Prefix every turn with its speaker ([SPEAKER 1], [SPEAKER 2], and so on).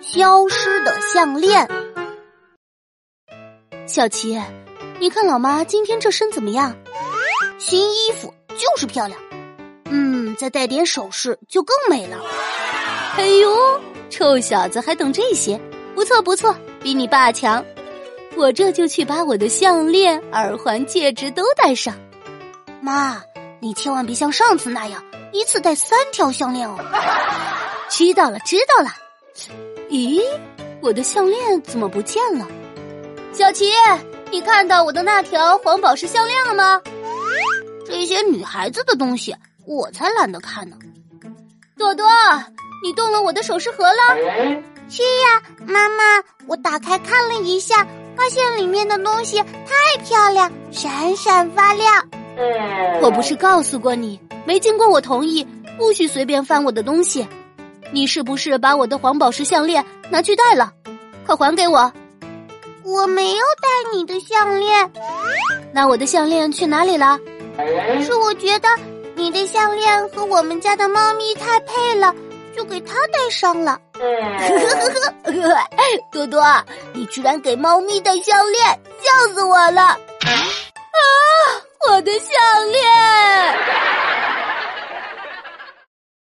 [SPEAKER 1] 消失的项链。小琪，你看老妈今天这身怎么样？新衣服就是漂亮，嗯，再带点首饰就更美了。
[SPEAKER 2] 哎呦，臭小子还懂这些，不错不错，比你爸强。我这就去把我的项链、耳环、戒指都戴上。
[SPEAKER 1] 妈，你千万别像上次那样一次戴三条项链哦。
[SPEAKER 2] 知道了，知道了。咦，我的项链怎么不见了？
[SPEAKER 3] 小琪，你看到我的那条黄宝石项链了吗？
[SPEAKER 1] 这些女孩子的东西，我才懒得看呢。
[SPEAKER 3] 朵朵，你动了我的首饰盒了？
[SPEAKER 4] 是呀，妈妈，我打开看了一下，发现里面的东西太漂亮，闪闪发亮。
[SPEAKER 2] 我不是告诉过你，没经过我同意，不许随便翻我的东西。你是不是把我的黄宝石项链拿去戴了？快还给我！
[SPEAKER 4] 我没有戴你的项链。
[SPEAKER 2] 那我的项链去哪里了？
[SPEAKER 4] 是我觉得你的项链和我们家的猫咪太配了，就给它戴上 了。
[SPEAKER 3] 多多，你居然 给猫咪戴项链，笑死我了！啊，我的项链！